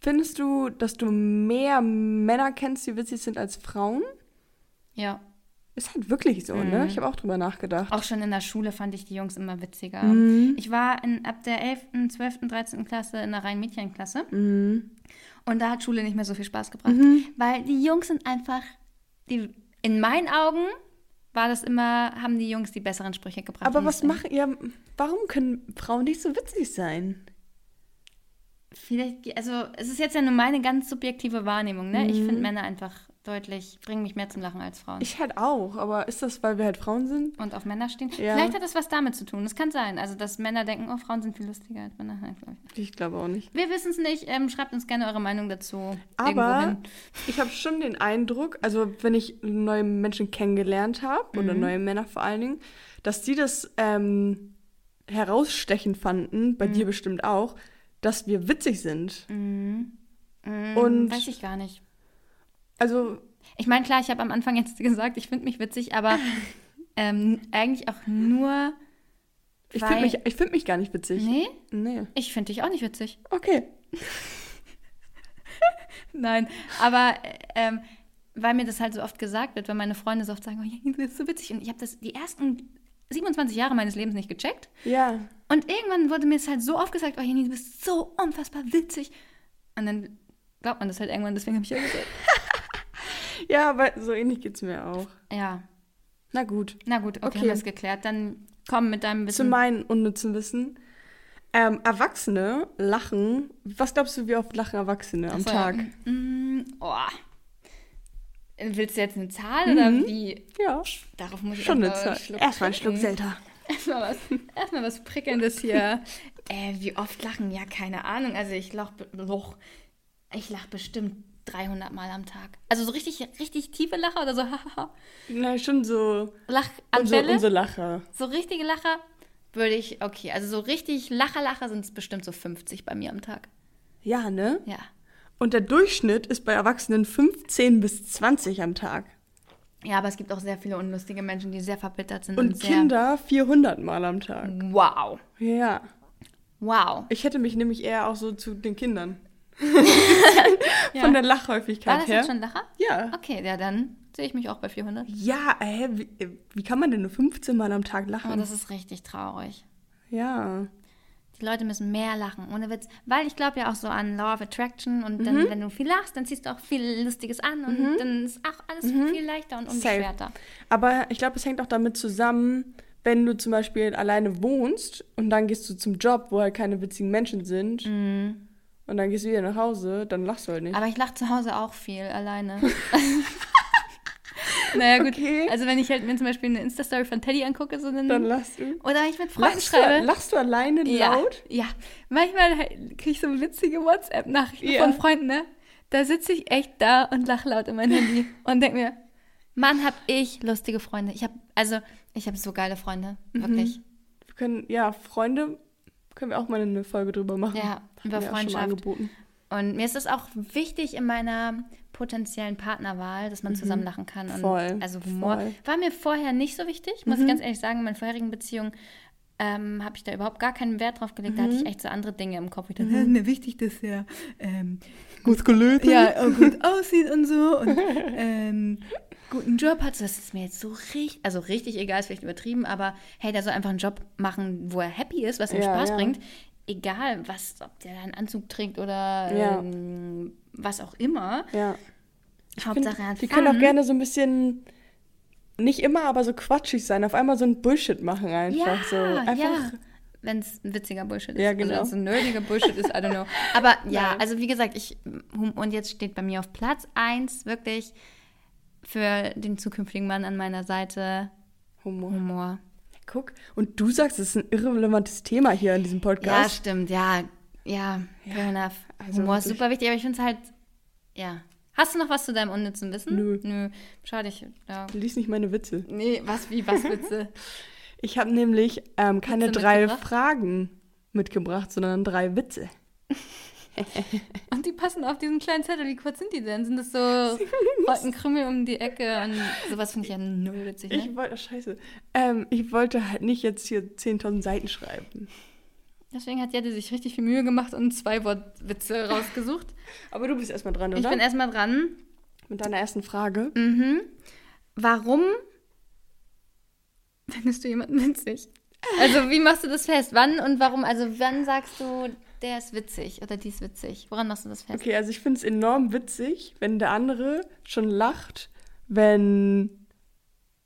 Speaker 1: findest du, dass du mehr Männer kennst, die witzig sind als Frauen?
Speaker 2: Ja.
Speaker 1: Ist halt wirklich so, ne? Ich habe auch drüber nachgedacht.
Speaker 2: Auch schon in der Schule fand ich die Jungs immer witziger.
Speaker 1: Mhm.
Speaker 2: Ich war in, ab der 11., 12., 13. Klasse in der reinen Mädchenklasse.
Speaker 1: Mhm.
Speaker 2: Und da hat Schule nicht mehr so viel Spaß gebracht. Weil die Jungs sind einfach, die, in meinen Augen war das immer, haben die Jungs die besseren Sprüche gebracht.
Speaker 1: Aber
Speaker 2: und
Speaker 1: was
Speaker 2: nicht-
Speaker 1: machen, ja, warum können Frauen nicht so witzig sein?
Speaker 2: Vielleicht, also es ist jetzt ja nur meine ganz subjektive Wahrnehmung, ne? Ich
Speaker 1: Mhm.
Speaker 2: finde Männer einfach deutlich, bringen mich mehr zum Lachen als Frauen.
Speaker 1: Ich halt auch, aber ist das, weil wir halt Frauen sind?
Speaker 2: und auf Männer stehen.
Speaker 1: Ja.
Speaker 2: Vielleicht hat das was damit zu tun. Das kann sein. Also, dass Männer denken, oh, Frauen sind viel lustiger als Männer. Nein, glaub ich nicht.
Speaker 1: Ich glaube auch nicht.
Speaker 2: Wir wissen es nicht. Ähm, schreibt uns gerne eure Meinung dazu.
Speaker 1: Aber
Speaker 2: irgendwohin.
Speaker 1: ich habe schon den Eindruck, also wenn ich neue Menschen kennengelernt habe oder
Speaker 2: Mhm.
Speaker 1: neue Männer vor allen Dingen, dass die das ähm, herausstechend fanden, bei
Speaker 2: Mhm.
Speaker 1: dir bestimmt auch, dass wir witzig sind.
Speaker 2: Hm,
Speaker 1: und-
Speaker 2: weiß ich gar nicht.
Speaker 1: Also
Speaker 2: Ich meine, klar, ich habe am Anfang jetzt [LAUGHS] gesagt, ich finde mich witzig,
Speaker 1: [LAUGHS]
Speaker 2: aber ähm, eigentlich auch nur.
Speaker 1: ich
Speaker 2: Weil-
Speaker 1: finde mich, ich find mich gar nicht witzig.
Speaker 2: Nee?
Speaker 1: Nee.
Speaker 2: Ich finde dich auch nicht witzig.
Speaker 1: Okay.
Speaker 2: Nein, aber äh, ähm, weil mir das halt so oft gesagt wird, weil meine Freunde so oft sagen, oh, ja, du bist so witzig. Und ich habe das die ersten 27 Jahre meines Lebens nicht gecheckt.
Speaker 1: Ja.
Speaker 2: Und irgendwann wurde mir es halt so oft gesagt, oh Jenny, du bist so unfassbar witzig. Und dann glaubt man das halt irgendwann, deswegen habe ich ja gesagt.
Speaker 1: Ja, aber so ähnlich geht's mir auch.
Speaker 2: Ja,
Speaker 1: Na gut.
Speaker 2: na gut, okay,
Speaker 1: Okay.
Speaker 2: haben wir es geklärt. Dann komm mit deinem
Speaker 1: Zu
Speaker 2: Wissen.
Speaker 1: meinem unnützen Wissen. Ähm, Erwachsene lachen. Was glaubst du, wie oft lachen Erwachsene am
Speaker 2: Achso,
Speaker 1: Tag?
Speaker 2: Ja. Mm, oh. Willst du jetzt eine Zahl oder wie?
Speaker 1: Ja.
Speaker 2: Darauf muss ich
Speaker 1: Mhm. Schon eine
Speaker 2: erst mal
Speaker 1: Zahl.
Speaker 2: einen Schluck
Speaker 1: Erstmal ein Schluck
Speaker 2: trinken.
Speaker 1: Selter.
Speaker 2: Erstmal was, erstmal was Prickelndes hier. äh, wie oft lachen? Ja, keine Ahnung. Also ich lach, loch, ich lach bestimmt 300 Mal am Tag. Also so richtig, richtig tiefe Lacher oder so. [LAUGHS] hahaha.
Speaker 1: Na, schon so unsere,
Speaker 2: Lachanfälle?
Speaker 1: unsere Lacher.
Speaker 2: So richtige Lacher würde ich, okay, also so richtig Lacher-Lacher sind es bestimmt so 50 bei mir am Tag.
Speaker 1: Ja, ne?
Speaker 2: Ja.
Speaker 1: Und der Durchschnitt ist bei Erwachsenen 15 bis 20 am Tag.
Speaker 2: Ja, aber es gibt auch sehr viele unlustige Menschen, die sehr verbittert sind.
Speaker 1: Und
Speaker 2: Hm, sehr,
Speaker 1: Kinder 400 Mal am Tag.
Speaker 2: Wow.
Speaker 1: Ja.
Speaker 2: Wow.
Speaker 1: Ich hätte mich nämlich eher auch so zu den Kindern.
Speaker 2: [LAUGHS] Ja.
Speaker 1: Von der
Speaker 2: War
Speaker 1: Lachhäufigkeit
Speaker 2: das
Speaker 1: her.
Speaker 2: jetzt schon Lacher?
Speaker 1: ja.
Speaker 2: Okay, ja, dann sehe ich mich auch bei 400.
Speaker 1: Ja, hä, wie, wie kann man denn nur 15 Mal am Tag
Speaker 2: Oh,
Speaker 1: lachen?
Speaker 2: das ist richtig traurig.
Speaker 1: ja.
Speaker 2: Die Leute müssen mehr lachen, ohne Witz. Weil ich glaube ja auch so an Law of Attraction und dann,
Speaker 1: Mhm.
Speaker 2: wenn du viel lachst, dann ziehst du auch viel Lustiges an und dann ist auch alles viel leichter und
Speaker 1: Mhm. Safe.
Speaker 2: unbeschwerter.
Speaker 1: Aber ich glaube, es hängt auch damit zusammen, wenn du zum Beispiel alleine wohnst und dann gehst du zum Job, wo halt keine witzigen Menschen sind.
Speaker 2: Mhm.
Speaker 1: Und dann gehst du wieder nach Hause, dann lachst du halt nicht. [LAUGHS]
Speaker 2: Aber ich lache zu Hause auch viel alleine. Naja, gut.
Speaker 1: Okay.
Speaker 2: Also, wenn ich halt mir zum Beispiel eine Insta-Story von Teddy angucke, so dann.
Speaker 1: Dann lass du.
Speaker 2: oder wenn ich mit Freunden
Speaker 1: Lachst du,
Speaker 2: schreibe.
Speaker 1: lachst du alleine
Speaker 2: ja,
Speaker 1: laut?
Speaker 2: Ja. Manchmal halt kriege ich so witzige WhatsApp-Nachrichten
Speaker 1: Ja.
Speaker 2: von Freunden, ne? Da sitze ich echt da und lache laut in mein Handy und denke mir, Mann, hab ich lustige Freunde. Ich hab, also, ich habe so geile Freunde.
Speaker 1: Mhm.
Speaker 2: Wirklich.
Speaker 1: Wir können, ja, Freunde, können wir auch mal eine Folge drüber machen.
Speaker 2: Ja,
Speaker 1: Haben wir
Speaker 2: über
Speaker 1: auch schon mal
Speaker 2: Freundschaft.
Speaker 1: Angeboten.
Speaker 2: Und mir ist es auch wichtig in meiner potenziellen Partnerwahl, dass man zusammen lachen kann. Und
Speaker 1: Mhm. Voll,
Speaker 2: Also Humor
Speaker 1: voll. Mhm.
Speaker 2: war mir vorher nicht so wichtig, muss ich ganz ehrlich sagen. In meinen vorherigen Beziehungen ähm, habe ich da überhaupt gar keinen Wert drauf gelegt. Da
Speaker 1: Mhm.
Speaker 2: hatte ich echt so andere Dinge im Kopf. Ich dachte, "Hm, mir wichtig, dass er ähm, gut ja, äh, gut aussieht und so und ähm, guten Job hat. So, Das ist mir jetzt so richtig, also richtig egal, ist vielleicht übertrieben, aber hey, der soll einfach einen Job machen, wo er happy ist, was ihm
Speaker 1: Ja,
Speaker 2: Spaß
Speaker 1: ja.
Speaker 2: bringt. Egal, was, ob der da einen Anzug trägt oder
Speaker 1: Ja.
Speaker 2: ähm, was auch immer.
Speaker 1: Ja.
Speaker 2: Hauptsache, er hat
Speaker 1: Die können auch
Speaker 2: Fun.
Speaker 1: gerne so ein bisschen, nicht immer, aber so quatschig sein, auf einmal so ein Bullshit machen einfach.
Speaker 2: ja,
Speaker 1: so. Einfach
Speaker 2: ja. Wenn es ein witziger Bullshit ist.
Speaker 1: Ja, genau.
Speaker 2: Also so ein nerdiger Bullshit ist, I
Speaker 1: [LAUGHS]
Speaker 2: don't know. Aber ja,
Speaker 1: Nein.
Speaker 2: also wie gesagt, ich, hum- und jetzt steht bei mir auf Platz 1 wirklich für den zukünftigen Mann an meiner Seite
Speaker 1: Humor.
Speaker 2: Humor.
Speaker 1: Guck, und du sagst, es ist ein irrelevantes Thema hier in diesem
Speaker 2: Ja,
Speaker 1: Podcast.
Speaker 2: stimmt, ja. Ja, fair enough.
Speaker 1: also
Speaker 2: Humor ist
Speaker 1: durch-
Speaker 2: super wichtig, aber ich finde es halt, ja. Hast du noch was zu deinem unnützen Wissen?
Speaker 1: Nö.
Speaker 2: Nö. Schade, ich, ja.
Speaker 1: Lies nicht meine Witze.
Speaker 2: Nee, was, wie, was, Witze?
Speaker 1: Ich habe nämlich ähm, keine
Speaker 2: Witze
Speaker 1: drei
Speaker 2: mitgebracht?
Speaker 1: Fragen mitgebracht, sondern drei Witze.
Speaker 2: Und die passen auf diesen kleinen Zettel. Wie kurz sind die denn? Sind das
Speaker 1: [LAUGHS]
Speaker 2: so Krümel um die Ecke? Und sowas finde ich ja null witzig, ne?
Speaker 1: Ich wollte, oh, scheiße, ähm, ich wollte halt nicht jetzt hier 10.000 Seiten schreiben.
Speaker 2: Deswegen hat Jette sich richtig viel Mühe gemacht und zwei
Speaker 1: [LAUGHS]
Speaker 2: Wortwitze rausgesucht.
Speaker 1: Aber du bist erstmal dran,
Speaker 2: ich
Speaker 1: oder?
Speaker 2: bin erstmal dran.
Speaker 1: Mit deiner ersten Frage.
Speaker 2: Mhm. Warum findest du jemanden witzig? Also, wie machst du das fest? Wann und warum? Also, wann sagst du, der ist witzig oder die ist witzig? Woran machst du das fest?
Speaker 1: Okay, also ich finde es enorm witzig, wenn der andere schon lacht, wenn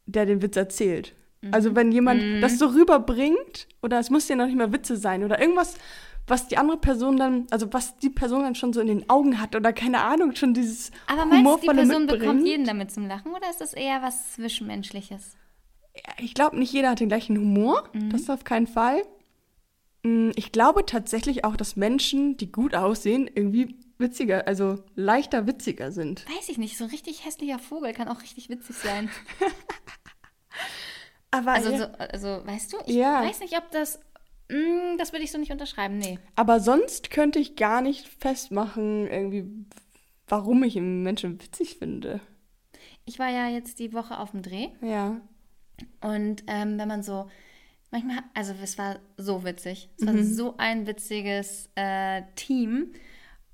Speaker 1: der den Witz erzählt.
Speaker 2: Mhm.
Speaker 1: Also wenn jemand das so rüberbringt, oder es muss ja noch nicht mal Witze sein, oder irgendwas, was die andere Person dann, also was die Person dann schon so in den Augen hat, oder keine Ahnung, schon dieses
Speaker 2: Aber meinst du, die
Speaker 1: humorvolle
Speaker 2: Person
Speaker 1: mitbringt.
Speaker 2: bekommt jeden damit zum Lachen oder ist das eher was Zwischenmenschliches?
Speaker 1: Ich glaube, nicht jeder hat den gleichen Humor.
Speaker 2: Mhm.
Speaker 1: Das auf keinen Fall. Mm, Ich glaube tatsächlich auch, dass Menschen, die gut aussehen, irgendwie witziger, also leichter witziger sind.
Speaker 2: Weiß ich nicht, so ein richtig hässlicher Vogel kann auch richtig witzig sein.
Speaker 1: Aber,
Speaker 2: Also,
Speaker 1: ja,
Speaker 2: so, also weißt du, ich
Speaker 1: Ja.
Speaker 2: weiß nicht, ob das. Mm, das würde ich so nicht unterschreiben, nee.
Speaker 1: aber sonst könnte ich gar nicht festmachen, irgendwie, warum ich einen Menschen witzig finde.
Speaker 2: Ich war ja jetzt die Woche auf dem Dreh
Speaker 1: Ja.
Speaker 2: und ähm, wenn man so. Manchmal, also es war so witzig. Es
Speaker 1: Mhm.
Speaker 2: war so ein witziges äh, Team.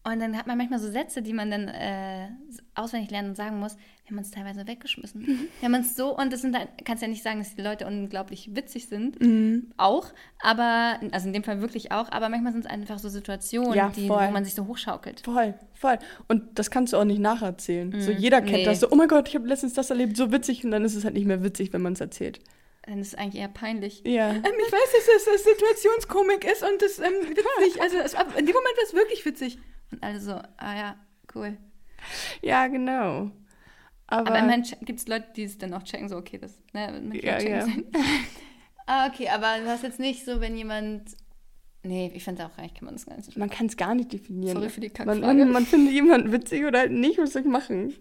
Speaker 2: Und dann hat man manchmal so Sätze, die man dann äh, auswendig lernen und sagen muss. Wir haben uns teilweise
Speaker 1: Mhm.
Speaker 2: weggeschmissen. Wir haben uns so, und das sind dann, kannst ja nicht sagen, dass die Leute unglaublich witzig sind.
Speaker 1: Mhm.
Speaker 2: Auch, aber, also in dem Fall wirklich auch, aber manchmal sind es einfach so Situationen,
Speaker 1: Ja,
Speaker 2: die, wo
Speaker 1: voll.
Speaker 2: man sich so hochschaukelt.
Speaker 1: Voll, voll. Und das kannst du auch nicht nacherzählen. So jeder kennt
Speaker 2: Mhm. nee.
Speaker 1: das. So, oh mein Gott, ich habe letztens das erlebt, so witzig. Und dann ist es halt nicht mehr witzig, wenn man es erzählt.
Speaker 2: Dann ist es eigentlich eher peinlich.
Speaker 1: Ja.
Speaker 3: Ähm, ich weiß, dass das äh, Situationskomik ist und das ähm,
Speaker 2: [LAUGHS]
Speaker 3: witzig. Also es, war- in dem Moment war es wirklich witzig.
Speaker 2: Und alle so, ah ja, cool.
Speaker 1: [LAUGHS] Ja, genau. Aber,
Speaker 2: Aber immerhin gibt es Leute, die es dann auch checken, so, okay, das, ne, mit
Speaker 1: Ja,
Speaker 2: checken
Speaker 1: ja.
Speaker 2: sein. [LAUGHS] ah, okay, aber du hast jetzt nicht so, wenn jemand. Nee, ich finde auch eigentlich kann man das gar nicht so
Speaker 1: Man kann es gar nicht
Speaker 3: ne.
Speaker 1: definieren.
Speaker 2: Sorry für die
Speaker 1: man,
Speaker 2: Kackfrage.
Speaker 1: man, man findet jemanden witzig oder halt nicht, was soll ich machen?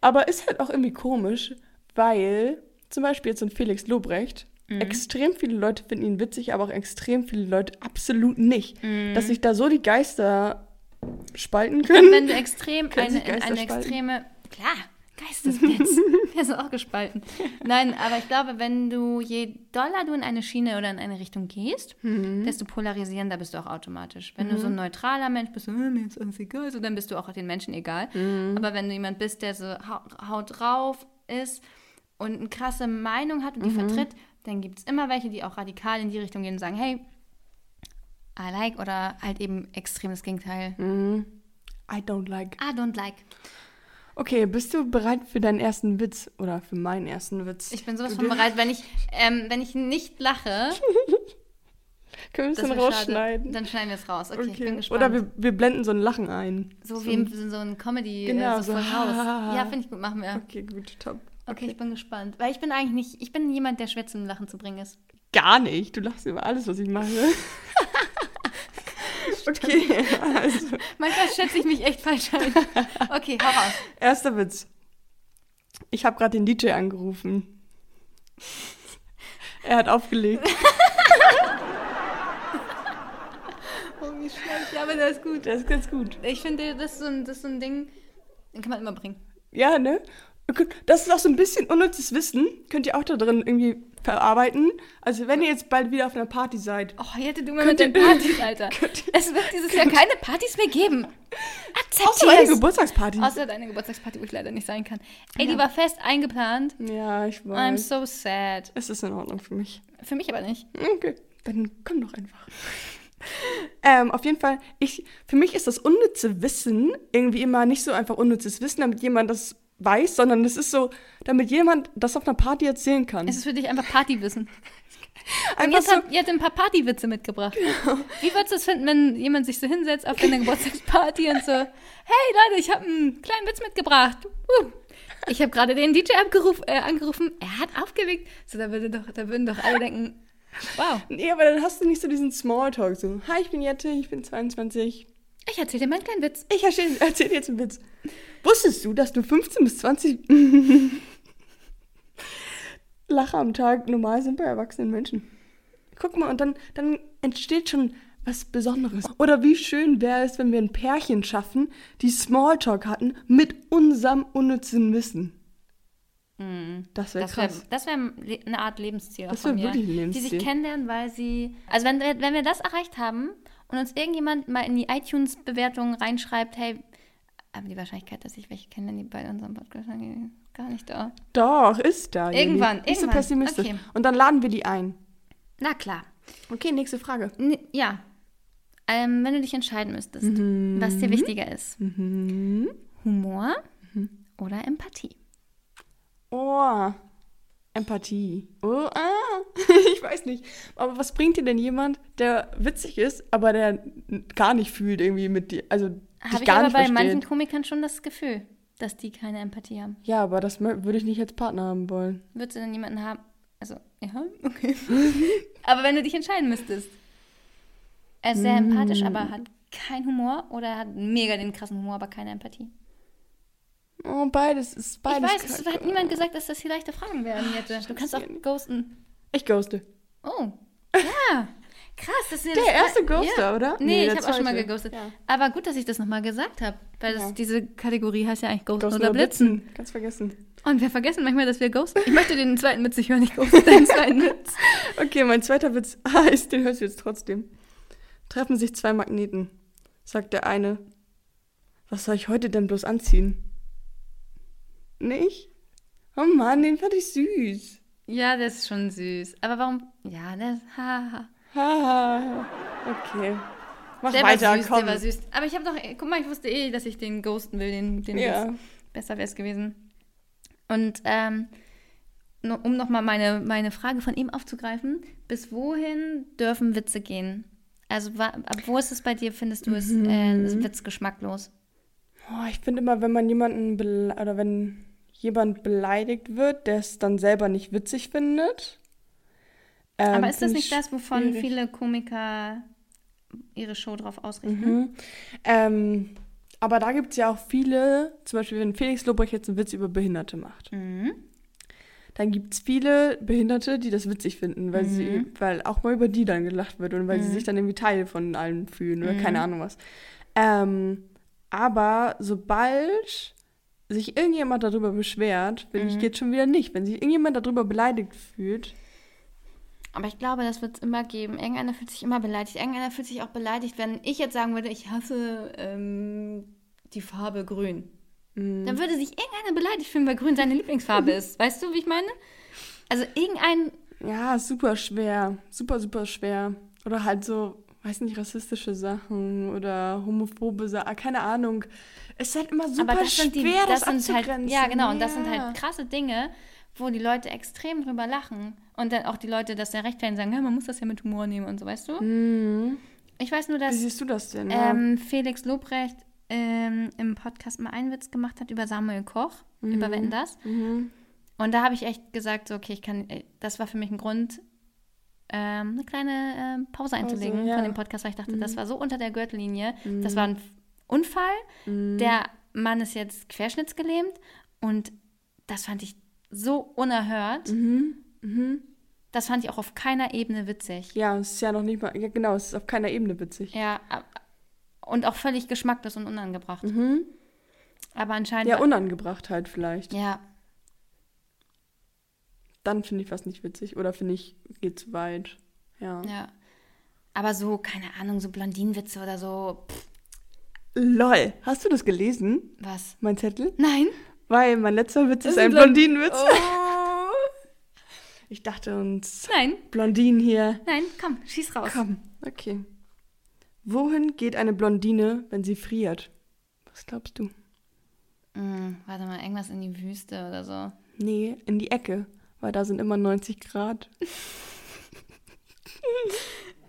Speaker 1: Aber ist halt auch irgendwie komisch, weil zum Beispiel jetzt so ein Felix Lobrecht,
Speaker 2: Mhm.
Speaker 1: extrem viele Leute finden ihn witzig, aber auch extrem viele Leute absolut nicht.
Speaker 2: Mhm.
Speaker 1: Dass sich da so die Geister spalten können. [LAUGHS]
Speaker 2: Wenn du extrem
Speaker 1: Können
Speaker 2: eine,
Speaker 1: sich Geister
Speaker 2: eine
Speaker 1: spalten?
Speaker 2: extreme. Klar,
Speaker 1: [LAUGHS]
Speaker 2: Geistesblitz. Wir sind auch gespalten. Nein, aber ich glaube, wenn du je doller du in eine Schiene oder in eine Richtung gehst,
Speaker 1: Mhm.
Speaker 2: desto polarisierender bist du auch automatisch. Wenn du so ein neutraler Mensch bist, so, "Äh, mir ist alles egal, so, dann bist du auch den Menschen egal.
Speaker 1: Mhm.
Speaker 2: Aber wenn du jemand bist, der so hau- haut drauf ist und eine krasse Meinung hat und die
Speaker 1: Mhm.
Speaker 2: vertritt, dann gibt es immer welche, die auch radikal in die Richtung gehen und sagen, hey, I like oder halt eben extremes Gegenteil.
Speaker 1: Mhm. I don't like.
Speaker 2: I don't like.
Speaker 1: Okay, bist du bereit für deinen ersten Witz oder für meinen ersten Witz?
Speaker 2: Ich bin sowas von bereit, wenn ich, ähm, wenn ich
Speaker 1: [LAUGHS]
Speaker 2: nicht lache,
Speaker 1: Können wir
Speaker 2: das
Speaker 1: es dann
Speaker 2: wäre schade,
Speaker 1: rausschneiden?
Speaker 2: dann schneiden wir es raus. Okay, ich bin gespannt.
Speaker 1: Oder wir, wir blenden so ein Lachen ein.
Speaker 2: so wie in so ein Comedy,
Speaker 1: Genau,
Speaker 2: äh,
Speaker 1: so
Speaker 2: so voll raus.
Speaker 1: ha, ha, ha.
Speaker 2: Ja, finde ich gut, machen wir.
Speaker 1: Okay, gut, top.
Speaker 2: Okay, ich bin gespannt. Weil ich bin eigentlich nicht, ich bin jemand, der schwer zum Lachen zu bringen ist.
Speaker 1: Gar nicht. Du lachst über alles, was ich mache. okay, also,
Speaker 2: Manchmal schätze ich mich echt falsch ein.
Speaker 1: [LAUGHS]
Speaker 2: Okay, hau raus.
Speaker 1: erster Witz. Ich habe gerade den DJ angerufen. Er hat aufgelegt.
Speaker 2: Oh, wie schlecht. Ja, aber das ist gut.
Speaker 1: Das ist ganz gut.
Speaker 2: Ich finde, das ist so ein, das ist so ein Ding, den kann man immer bringen.
Speaker 1: Ja, ne? Das ist auch so ein bisschen unnützes Wissen. Könnt ihr auch da drin irgendwie verarbeiten. Also, wenn ihr jetzt bald wieder auf einer Party seid.
Speaker 2: Oh, hätte du mal
Speaker 1: Könnt
Speaker 2: mit den
Speaker 1: ihr-
Speaker 2: Partys,
Speaker 1: [LAUGHS]
Speaker 2: Alter.
Speaker 1: Könnt ihr-
Speaker 2: Es wird dieses Jahr keine Partys mehr geben.
Speaker 1: Außer eine
Speaker 2: Akzeptier
Speaker 1: Geburtstagsparty.
Speaker 2: Außer deine Geburtstagsparty, wo ich leider nicht sein kann. Ey, die war fest eingeplant.
Speaker 1: Ja, ich
Speaker 2: I'm
Speaker 1: weiß.
Speaker 2: so sad.
Speaker 1: Es ist in Ordnung für mich.
Speaker 2: Für mich aber nicht.
Speaker 1: Okay, dann komm doch einfach. ähm, auf jeden Fall, ich, für mich ist das unnütze Wissen irgendwie immer nicht so einfach unnützes Wissen, damit jemand das weiß, sondern es ist so, damit jemand das auf einer Party erzählen kann.
Speaker 2: Es ist für dich einfach
Speaker 1: [LAUGHS]
Speaker 2: Partywissen. Und
Speaker 1: einfach
Speaker 2: jetzt
Speaker 1: so, Genau.
Speaker 2: habt ihr habt ein paar Partywitze mitgebracht. Wie würdest du es finden, wenn jemand sich so hinsetzt auf
Speaker 1: [LAUGHS]
Speaker 2: deine Geburtstagsparty und so, hey Leute, ich habe einen kleinen Witz mitgebracht. Uh, ich habe gerade den DJ abgeruf, äh, angerufen, er hat aufgelegt. So, da, würde doch, da würden doch alle denken, wow,
Speaker 1: nee, aber dann hast du nicht so diesen Smalltalk, so, hi, ich bin Jette, ich bin 22.
Speaker 2: ich erzähle dir mal einen kleinen Witz.
Speaker 1: Ich erzähle erzähl dir jetzt einen Witz. Wusstest du, dass du 15 bis 20 [LAUGHS] Lacher am Tag normal sind bei erwachsenen Menschen? Guck mal, und dann, dann entsteht schon was Besonderes. Oder wie schön wäre es, wenn wir ein Pärchen schaffen, die Smalltalk hatten mit unserem unnützen Wissen. Das wäre
Speaker 2: Das wäre
Speaker 1: krass.
Speaker 2: das wär le- eine Art Lebensziel auch
Speaker 1: Das
Speaker 2: von
Speaker 1: wär
Speaker 2: mir.
Speaker 1: wirklich ein
Speaker 2: Die sich
Speaker 1: Lebensziel.
Speaker 2: kennenlernen, weil sie. Also wenn, wir- wenn wir das erreicht haben und uns irgendjemand mal in die iTunes-Bewertungen reinschreibt, hey, aber die Wahrscheinlichkeit, dass ich welche kenne, die bei unserem Podcast sind, die ist gar nicht da.
Speaker 1: Doch, ist da. Jenny.
Speaker 2: Irgendwann,
Speaker 1: Nicht so
Speaker 2: irgendwann.
Speaker 1: pessimistisch.
Speaker 2: Okay.
Speaker 1: Und dann laden wir die ein.
Speaker 2: Na klar.
Speaker 1: Okay, nächste Frage.
Speaker 2: N ja. Ähm, wenn du dich entscheiden müsstest,
Speaker 1: Mhm.
Speaker 2: was dir wichtiger ist. Humor
Speaker 1: Mhm.
Speaker 2: oder Empathie?
Speaker 1: Oh, Empathie. Oh, ah. [LAUGHS] ich weiß nicht. Aber was bringt dir denn jemand, der witzig ist, aber der n- gar nicht fühlt irgendwie mit dir, also
Speaker 2: Habe
Speaker 1: dich
Speaker 2: ich
Speaker 1: gar
Speaker 2: aber
Speaker 1: nicht
Speaker 2: bei
Speaker 1: versteht?
Speaker 2: manchen Komikern schon das Gefühl, dass die keine Empathie haben.
Speaker 1: ja, aber das mö- würde ich nicht als Partner haben wollen.
Speaker 2: Würdest du denn jemanden haben? Also, [LAUGHS] ja, okay. aber wenn du dich entscheiden müsstest. Er ist sehr empathisch, aber hat keinen Humor oder hat mega den krassen Humor, aber keine Empathie.
Speaker 1: Oh, beides ist beides.
Speaker 2: ich weiß, es halt
Speaker 1: kacke.
Speaker 2: hat niemand gesagt, dass das hier leichte Fragen werden, Jette. Du kannst auch
Speaker 1: Jenny.
Speaker 2: ghosten.
Speaker 1: Ich ghoste.
Speaker 2: Oh, ja. Krass, das ist ja
Speaker 1: Der
Speaker 2: das-
Speaker 1: erste Ghoster, oder?
Speaker 2: Nee,
Speaker 1: Nee,
Speaker 2: ich
Speaker 1: der
Speaker 2: habe auch schon mal
Speaker 1: zweite.
Speaker 2: geghostet.
Speaker 1: Ja.
Speaker 2: Aber gut, dass ich das nochmal gesagt habe, weil das,
Speaker 1: Ja.
Speaker 2: diese Kategorie heißt ja eigentlich Ghosten,
Speaker 1: Ghosten
Speaker 2: oder Blitzen.
Speaker 1: Ganz vergessen.
Speaker 2: Und wir vergessen manchmal, dass wir ghosten. Ich möchte den zweiten Witz nicht hören, ich ghoste [LAUGHS] den zweiten Witz.
Speaker 1: Okay, mein zweiter Witz [LAUGHS] heißt, den hörst du jetzt trotzdem. Treffen sich zwei Magneten. Sagt der eine, was soll ich heute denn bloß anziehen? Nicht? Oh Mann, den fand ich süß.
Speaker 2: Ja, das ist schon süß. Aber warum? Ja, das. Haha.
Speaker 1: Haha. Okay. Mach
Speaker 2: Der
Speaker 1: weiter,
Speaker 2: war süß,
Speaker 1: komm.
Speaker 2: der war süß. Aber ich habe doch. Guck mal, ich wusste eh, dass ich den ghosten will, den, den
Speaker 1: Ja.
Speaker 2: Witz. Besser wäre es gewesen. Und ähm, no, um nochmal meine, meine Frage von ihm aufzugreifen: Bis wohin dürfen Witze gehen? Also, wa, ab wo ist es bei dir, findest du es
Speaker 1: Mhm.
Speaker 2: äh, ist Witz geschmacklos?
Speaker 1: Oh, ich finde immer, wenn man jemanden bele- oder wenn jemand beleidigt wird, der es dann selber nicht witzig findet. ähm,
Speaker 2: Aber ist das
Speaker 1: finde
Speaker 2: nicht
Speaker 1: ich
Speaker 2: das, wovon
Speaker 1: schwierig.
Speaker 2: viele Komiker ihre Show drauf ausrichten?
Speaker 1: Mhm. Ähm, aber da gibt es ja auch viele, zum Beispiel wenn Felix Lobrecht jetzt einen Witz über Behinderte macht,
Speaker 2: Mhm.
Speaker 1: dann gibt es viele Behinderte, die das witzig finden, weil sie, weil auch mal über die dann gelacht wird und weil sie sich dann irgendwie Teil von allem fühlen oder keine Ahnung was. Ähm, aber sobald sich irgendjemand darüber beschwert, finde ich, geht schon wieder nicht. Wenn sich irgendjemand darüber beleidigt fühlt,
Speaker 2: Aber ich glaube, das wird es immer geben. Irgendeiner fühlt sich immer beleidigt. Irgendeiner fühlt sich auch beleidigt, wenn ich jetzt sagen würde, ich hasse ähm, die Farbe grün.
Speaker 1: Mhm.
Speaker 2: Dann würde sich irgendeiner beleidigt fühlen, weil grün
Speaker 1: [LAUGHS]
Speaker 2: seine Lieblingsfarbe ist. Weißt du, wie ich meine? Also irgendein...
Speaker 1: ja, super schwer, super, super schwer. Oder halt so, weiß nicht, rassistische Sachen oder homophobe Sachen, keine Ahnung. Es ist halt immer super
Speaker 2: aber das
Speaker 1: schwer,
Speaker 2: sind die...
Speaker 1: das,
Speaker 2: sind halt,
Speaker 1: abzugrenzen.
Speaker 2: Ja, genau. Und das sind
Speaker 1: Ja.
Speaker 2: halt krasse Dinge, wo die Leute extrem drüber lachen. Und dann auch die Leute das ja recht werden sagen, ja, man muss das ja mit Humor nehmen und so, weißt du?
Speaker 1: Mhm.
Speaker 2: Ich weiß nur,
Speaker 1: Wie
Speaker 2: dass
Speaker 1: siehst du das denn? Ja.
Speaker 2: ähm, Felix Lobrecht
Speaker 1: Mhm.
Speaker 2: ähm, im Podcast mal einen Witz gemacht hat über Samuel Koch, über Wenn das. Und da habe ich echt gesagt, so, okay, ich kann, äh, das war für mich ein Grund, ähm, eine kleine ähm, Pause einzulegen
Speaker 1: ja.
Speaker 2: von dem Podcast, weil ich dachte, das war so unter der Gürtellinie. Das war ein F- Unfall.
Speaker 1: Mhm.
Speaker 2: Der Mann ist jetzt querschnittsgelähmt und das fand ich so unerhört.
Speaker 1: Mhm. Mhm.
Speaker 2: Das fand ich auch auf keiner Ebene witzig.
Speaker 1: Ja, es ist ja noch nicht mal. Ja, genau, es ist auf keiner Ebene witzig.
Speaker 2: Ja, ab- und auch völlig geschmacklos und unangebracht.
Speaker 1: Mhm.
Speaker 2: Aber anscheinend.
Speaker 1: Ja, unangebracht halt vielleicht.
Speaker 2: ja,
Speaker 1: Dann finde ich was nicht witzig oder finde ich, geht zu weit. Ja.
Speaker 2: ja. Aber so, keine Ahnung, so Blondinenwitze oder so. Pff,
Speaker 1: Lol, hast du das gelesen?
Speaker 2: was?
Speaker 1: Mein Zettel?
Speaker 2: Nein?
Speaker 1: Weil mein letzter Witz ist
Speaker 2: ist ein
Speaker 1: ein Oh.
Speaker 2: Blond-
Speaker 1: Blondinenwitz. [LAUGHS] Ich dachte uns,
Speaker 2: Nein,
Speaker 1: Blondinen hier.
Speaker 2: nein, komm, schieß raus.
Speaker 1: Komm, okay. Wohin geht eine Blondine, wenn sie friert? Was glaubst du?
Speaker 2: Hm, warte mal, irgendwas in die Wüste oder so.
Speaker 1: Nee, in die Ecke, weil da sind immer 90 Grad.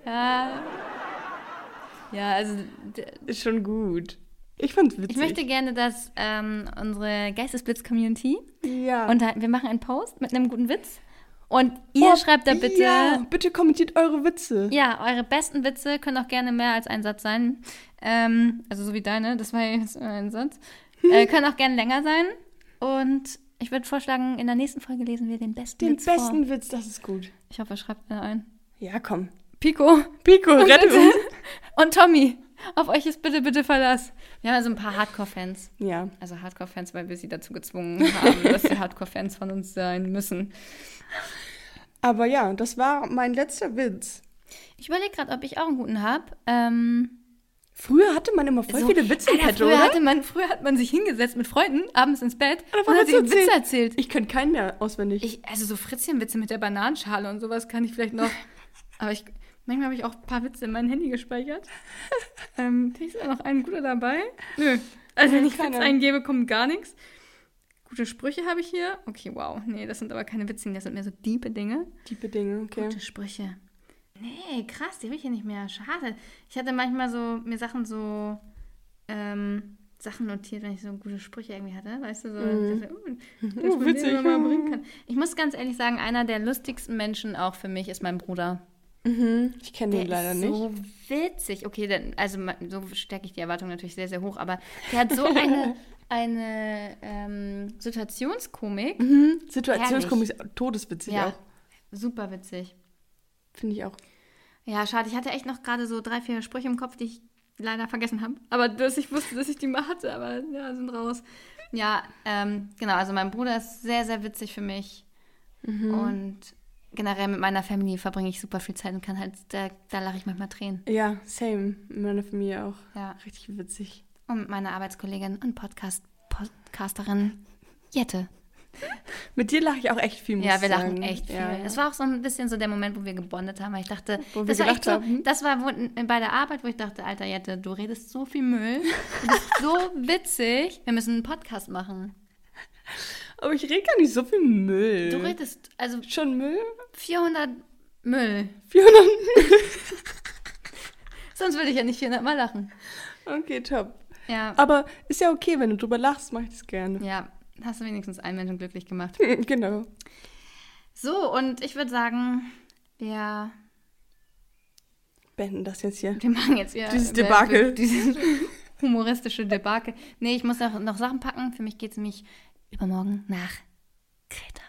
Speaker 2: Ja. Ja, also d-
Speaker 1: [LAUGHS] Ist schon gut. Ich fand's witzig.
Speaker 2: ich möchte gerne, dass ähm, unsere Geistesblitz-Community
Speaker 1: ja.
Speaker 2: und wir machen einen Post mit einem guten Witz und ihr
Speaker 1: Oh,
Speaker 2: schreibt da bitte
Speaker 1: Ja, bitte kommentiert eure Witze.
Speaker 2: Ja, eure besten Witze können auch gerne mehr als ein Satz sein. Ähm, also so wie deine, das war ja jetzt nur
Speaker 1: [LAUGHS]
Speaker 2: ein Satz. Äh, können auch gerne länger sein. Und ich würde vorschlagen, in der nächsten Folge lesen wir den besten
Speaker 1: Den
Speaker 2: Witz
Speaker 1: besten
Speaker 2: vor.
Speaker 1: Witz, das ist gut.
Speaker 2: Ich hoffe, schreibt er ein.
Speaker 1: Ja, komm.
Speaker 2: Pico
Speaker 1: Pico, rette
Speaker 2: bitte.
Speaker 1: uns.
Speaker 2: [LAUGHS] und Tommy, auf euch ist bitte, bitte Verlass. Wir haben also ein paar Hardcore-Fans.
Speaker 1: Ja.
Speaker 2: Also Hardcore-Fans, weil wir sie dazu gezwungen [LAUGHS] haben, dass sie Hardcore-Fans von uns sein müssen.
Speaker 1: Aber ja, das war mein letzter Witz.
Speaker 2: Ich überlege gerade, ob ich auch einen guten habe. Ähm,
Speaker 1: Früher hatte man immer voll
Speaker 2: So,
Speaker 1: viele Witze im
Speaker 2: Alter,
Speaker 1: Petto,
Speaker 2: früher,
Speaker 1: oder?
Speaker 2: Hatte man, früher hat man sich hingesetzt mit Freunden, abends ins Bett
Speaker 1: Oder
Speaker 2: und hat
Speaker 1: Witze
Speaker 2: sich Witze
Speaker 1: erzählt.
Speaker 2: erzählt.
Speaker 1: Ich könnte keinen mehr auswendig.
Speaker 2: Ich, also so Fritzchenwitze mit der Bananenschale und sowas kann ich vielleicht noch. aber ich, manchmal habe ich auch ein paar Witze in mein Handy gespeichert. ähm, vielleicht ist da noch ein guter dabei. Nö. Also wenn ich
Speaker 1: Keine.
Speaker 2: Witze eingebe, kommt gar nichts. Gute Sprüche habe ich hier. Okay, wow. Nee, das sind aber keine Witze, das sind mehr so diepe Dinge.
Speaker 1: Tiefe Dinge, okay.
Speaker 2: Gute Sprüche. Nee, krass, die habe ich ja nicht mehr. Schade. Ich hatte manchmal so mir Sachen so ähm, Sachen notiert, wenn ich so gute Sprüche irgendwie hatte, weißt du, so
Speaker 1: Mhm.
Speaker 2: ich dachte, uh, dass
Speaker 1: [LAUGHS] Oh,
Speaker 2: man
Speaker 1: witzig.
Speaker 2: den nochmal bringen kann. Ich muss ganz ehrlich sagen, einer der lustigsten Menschen auch für mich ist mein Bruder.
Speaker 1: Mhm. Ich kenne
Speaker 2: Der
Speaker 1: den leider
Speaker 2: ist
Speaker 1: nicht.
Speaker 2: so witzig. Okay, dann, also ma- so stecke ich die Erwartung natürlich sehr, sehr hoch, aber der hat
Speaker 1: [LAUGHS]
Speaker 2: so eine, eine ähm, Situationskomik.
Speaker 1: Mhm. Situationskomik ist todeswitzig
Speaker 2: Ja,
Speaker 1: auch.
Speaker 2: super witzig.
Speaker 1: Finde ich auch.
Speaker 2: Ja, schade. Ich hatte echt noch gerade so drei, vier Sprüche im Kopf, die ich leider vergessen habe. Aber dass ich wusste, dass ich die mal hatte, aber ja, sind raus. Ja, ähm, genau. Also mein Bruder ist sehr, sehr witzig für mich. Und generell mit meiner Family verbringe ich super viel Zeit und kann halt, da, da lache ich manchmal Tränen.
Speaker 1: Ja, same. In meiner Familie auch.
Speaker 2: Ja.
Speaker 1: Richtig witzig.
Speaker 2: Und mit meiner Arbeitskollegin und Podcast Podcasterin Jette.
Speaker 1: Mit dir lache ich auch echt viel, muss
Speaker 2: Ja, wir
Speaker 1: ich
Speaker 2: lachen
Speaker 1: sagen.
Speaker 2: echt viel. Also
Speaker 1: Ja, ja.
Speaker 2: Es war auch so ein bisschen so der Moment, wo wir gebondet haben, weil ich dachte,
Speaker 1: Wo wir
Speaker 2: das war echt so,
Speaker 1: gelacht haben.
Speaker 2: das war wo, äh, bei der Arbeit, wo ich dachte, alter Jette, du redest so viel Müll, du bist
Speaker 1: [LAUGHS]
Speaker 2: so witzig, wir müssen einen Podcast machen.
Speaker 1: Aber ich rede gar nicht so viel Müll.
Speaker 2: Du redest also
Speaker 1: schon Müll? [LAUGHS]
Speaker 2: 400 Müll,
Speaker 1: 400
Speaker 2: sonst würde ich ja nicht 400 mal lachen.
Speaker 1: Okay, top.
Speaker 2: Ja,
Speaker 1: Aber ist ja okay, wenn du drüber lachst, mache ich das gerne.
Speaker 2: ja, hast du wenigstens einen Menschen glücklich gemacht.
Speaker 1: [LAUGHS] genau.
Speaker 2: So, und ich würde sagen, wir,
Speaker 1: Beenden das jetzt hier.
Speaker 2: wir machen jetzt wieder
Speaker 1: Dieses Debakel.
Speaker 2: Dieses humoristische Debakel. Nee, ich muss noch, noch Sachen packen, für mich geht es nämlich übermorgen nach Kreta.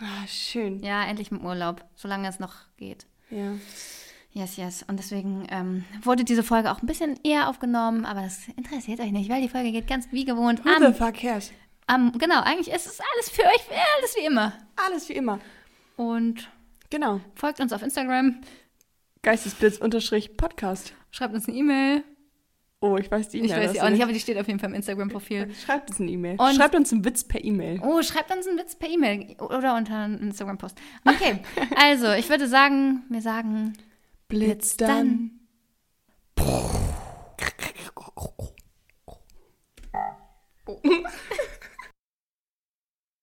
Speaker 1: Ah, schön.
Speaker 2: Ja, endlich mit Urlaub, solange es noch geht.
Speaker 1: Ja.
Speaker 2: Yes, yes. Und deswegen ähm, wurde diese Folge auch ein bisschen eher aufgenommen, aber das interessiert euch nicht, weil die Folge geht ganz wie gewohnt
Speaker 1: Who the
Speaker 2: am,
Speaker 1: fuck cares?
Speaker 2: am. Genau, eigentlich ist es alles für euch, alles wie immer.
Speaker 1: Alles wie immer.
Speaker 2: Und
Speaker 1: Genau.
Speaker 2: folgt uns auf Instagram,
Speaker 1: Geistesblitz-Podcast.
Speaker 2: schreibt uns eine E-Mail.
Speaker 1: Oh, ich weiß die
Speaker 2: Ich
Speaker 1: E-Mail.
Speaker 2: weiß sie auch nicht, aber die steht auf jeden Fall im [LAUGHS] Instagram-Profil.
Speaker 1: Schreibt uns eine E-Mail.
Speaker 2: Und-
Speaker 1: Schreibt uns einen Witz per
Speaker 2: [LAUGHS]
Speaker 1: E-Mail.
Speaker 2: Oh, schreibt uns einen Witz per E-Mail oder unter einen Instagram-Post. Okay, also ich würde sagen, wir sagen
Speaker 1: Blitz
Speaker 2: dann.
Speaker 1: dann.
Speaker 2: [LAUGHS]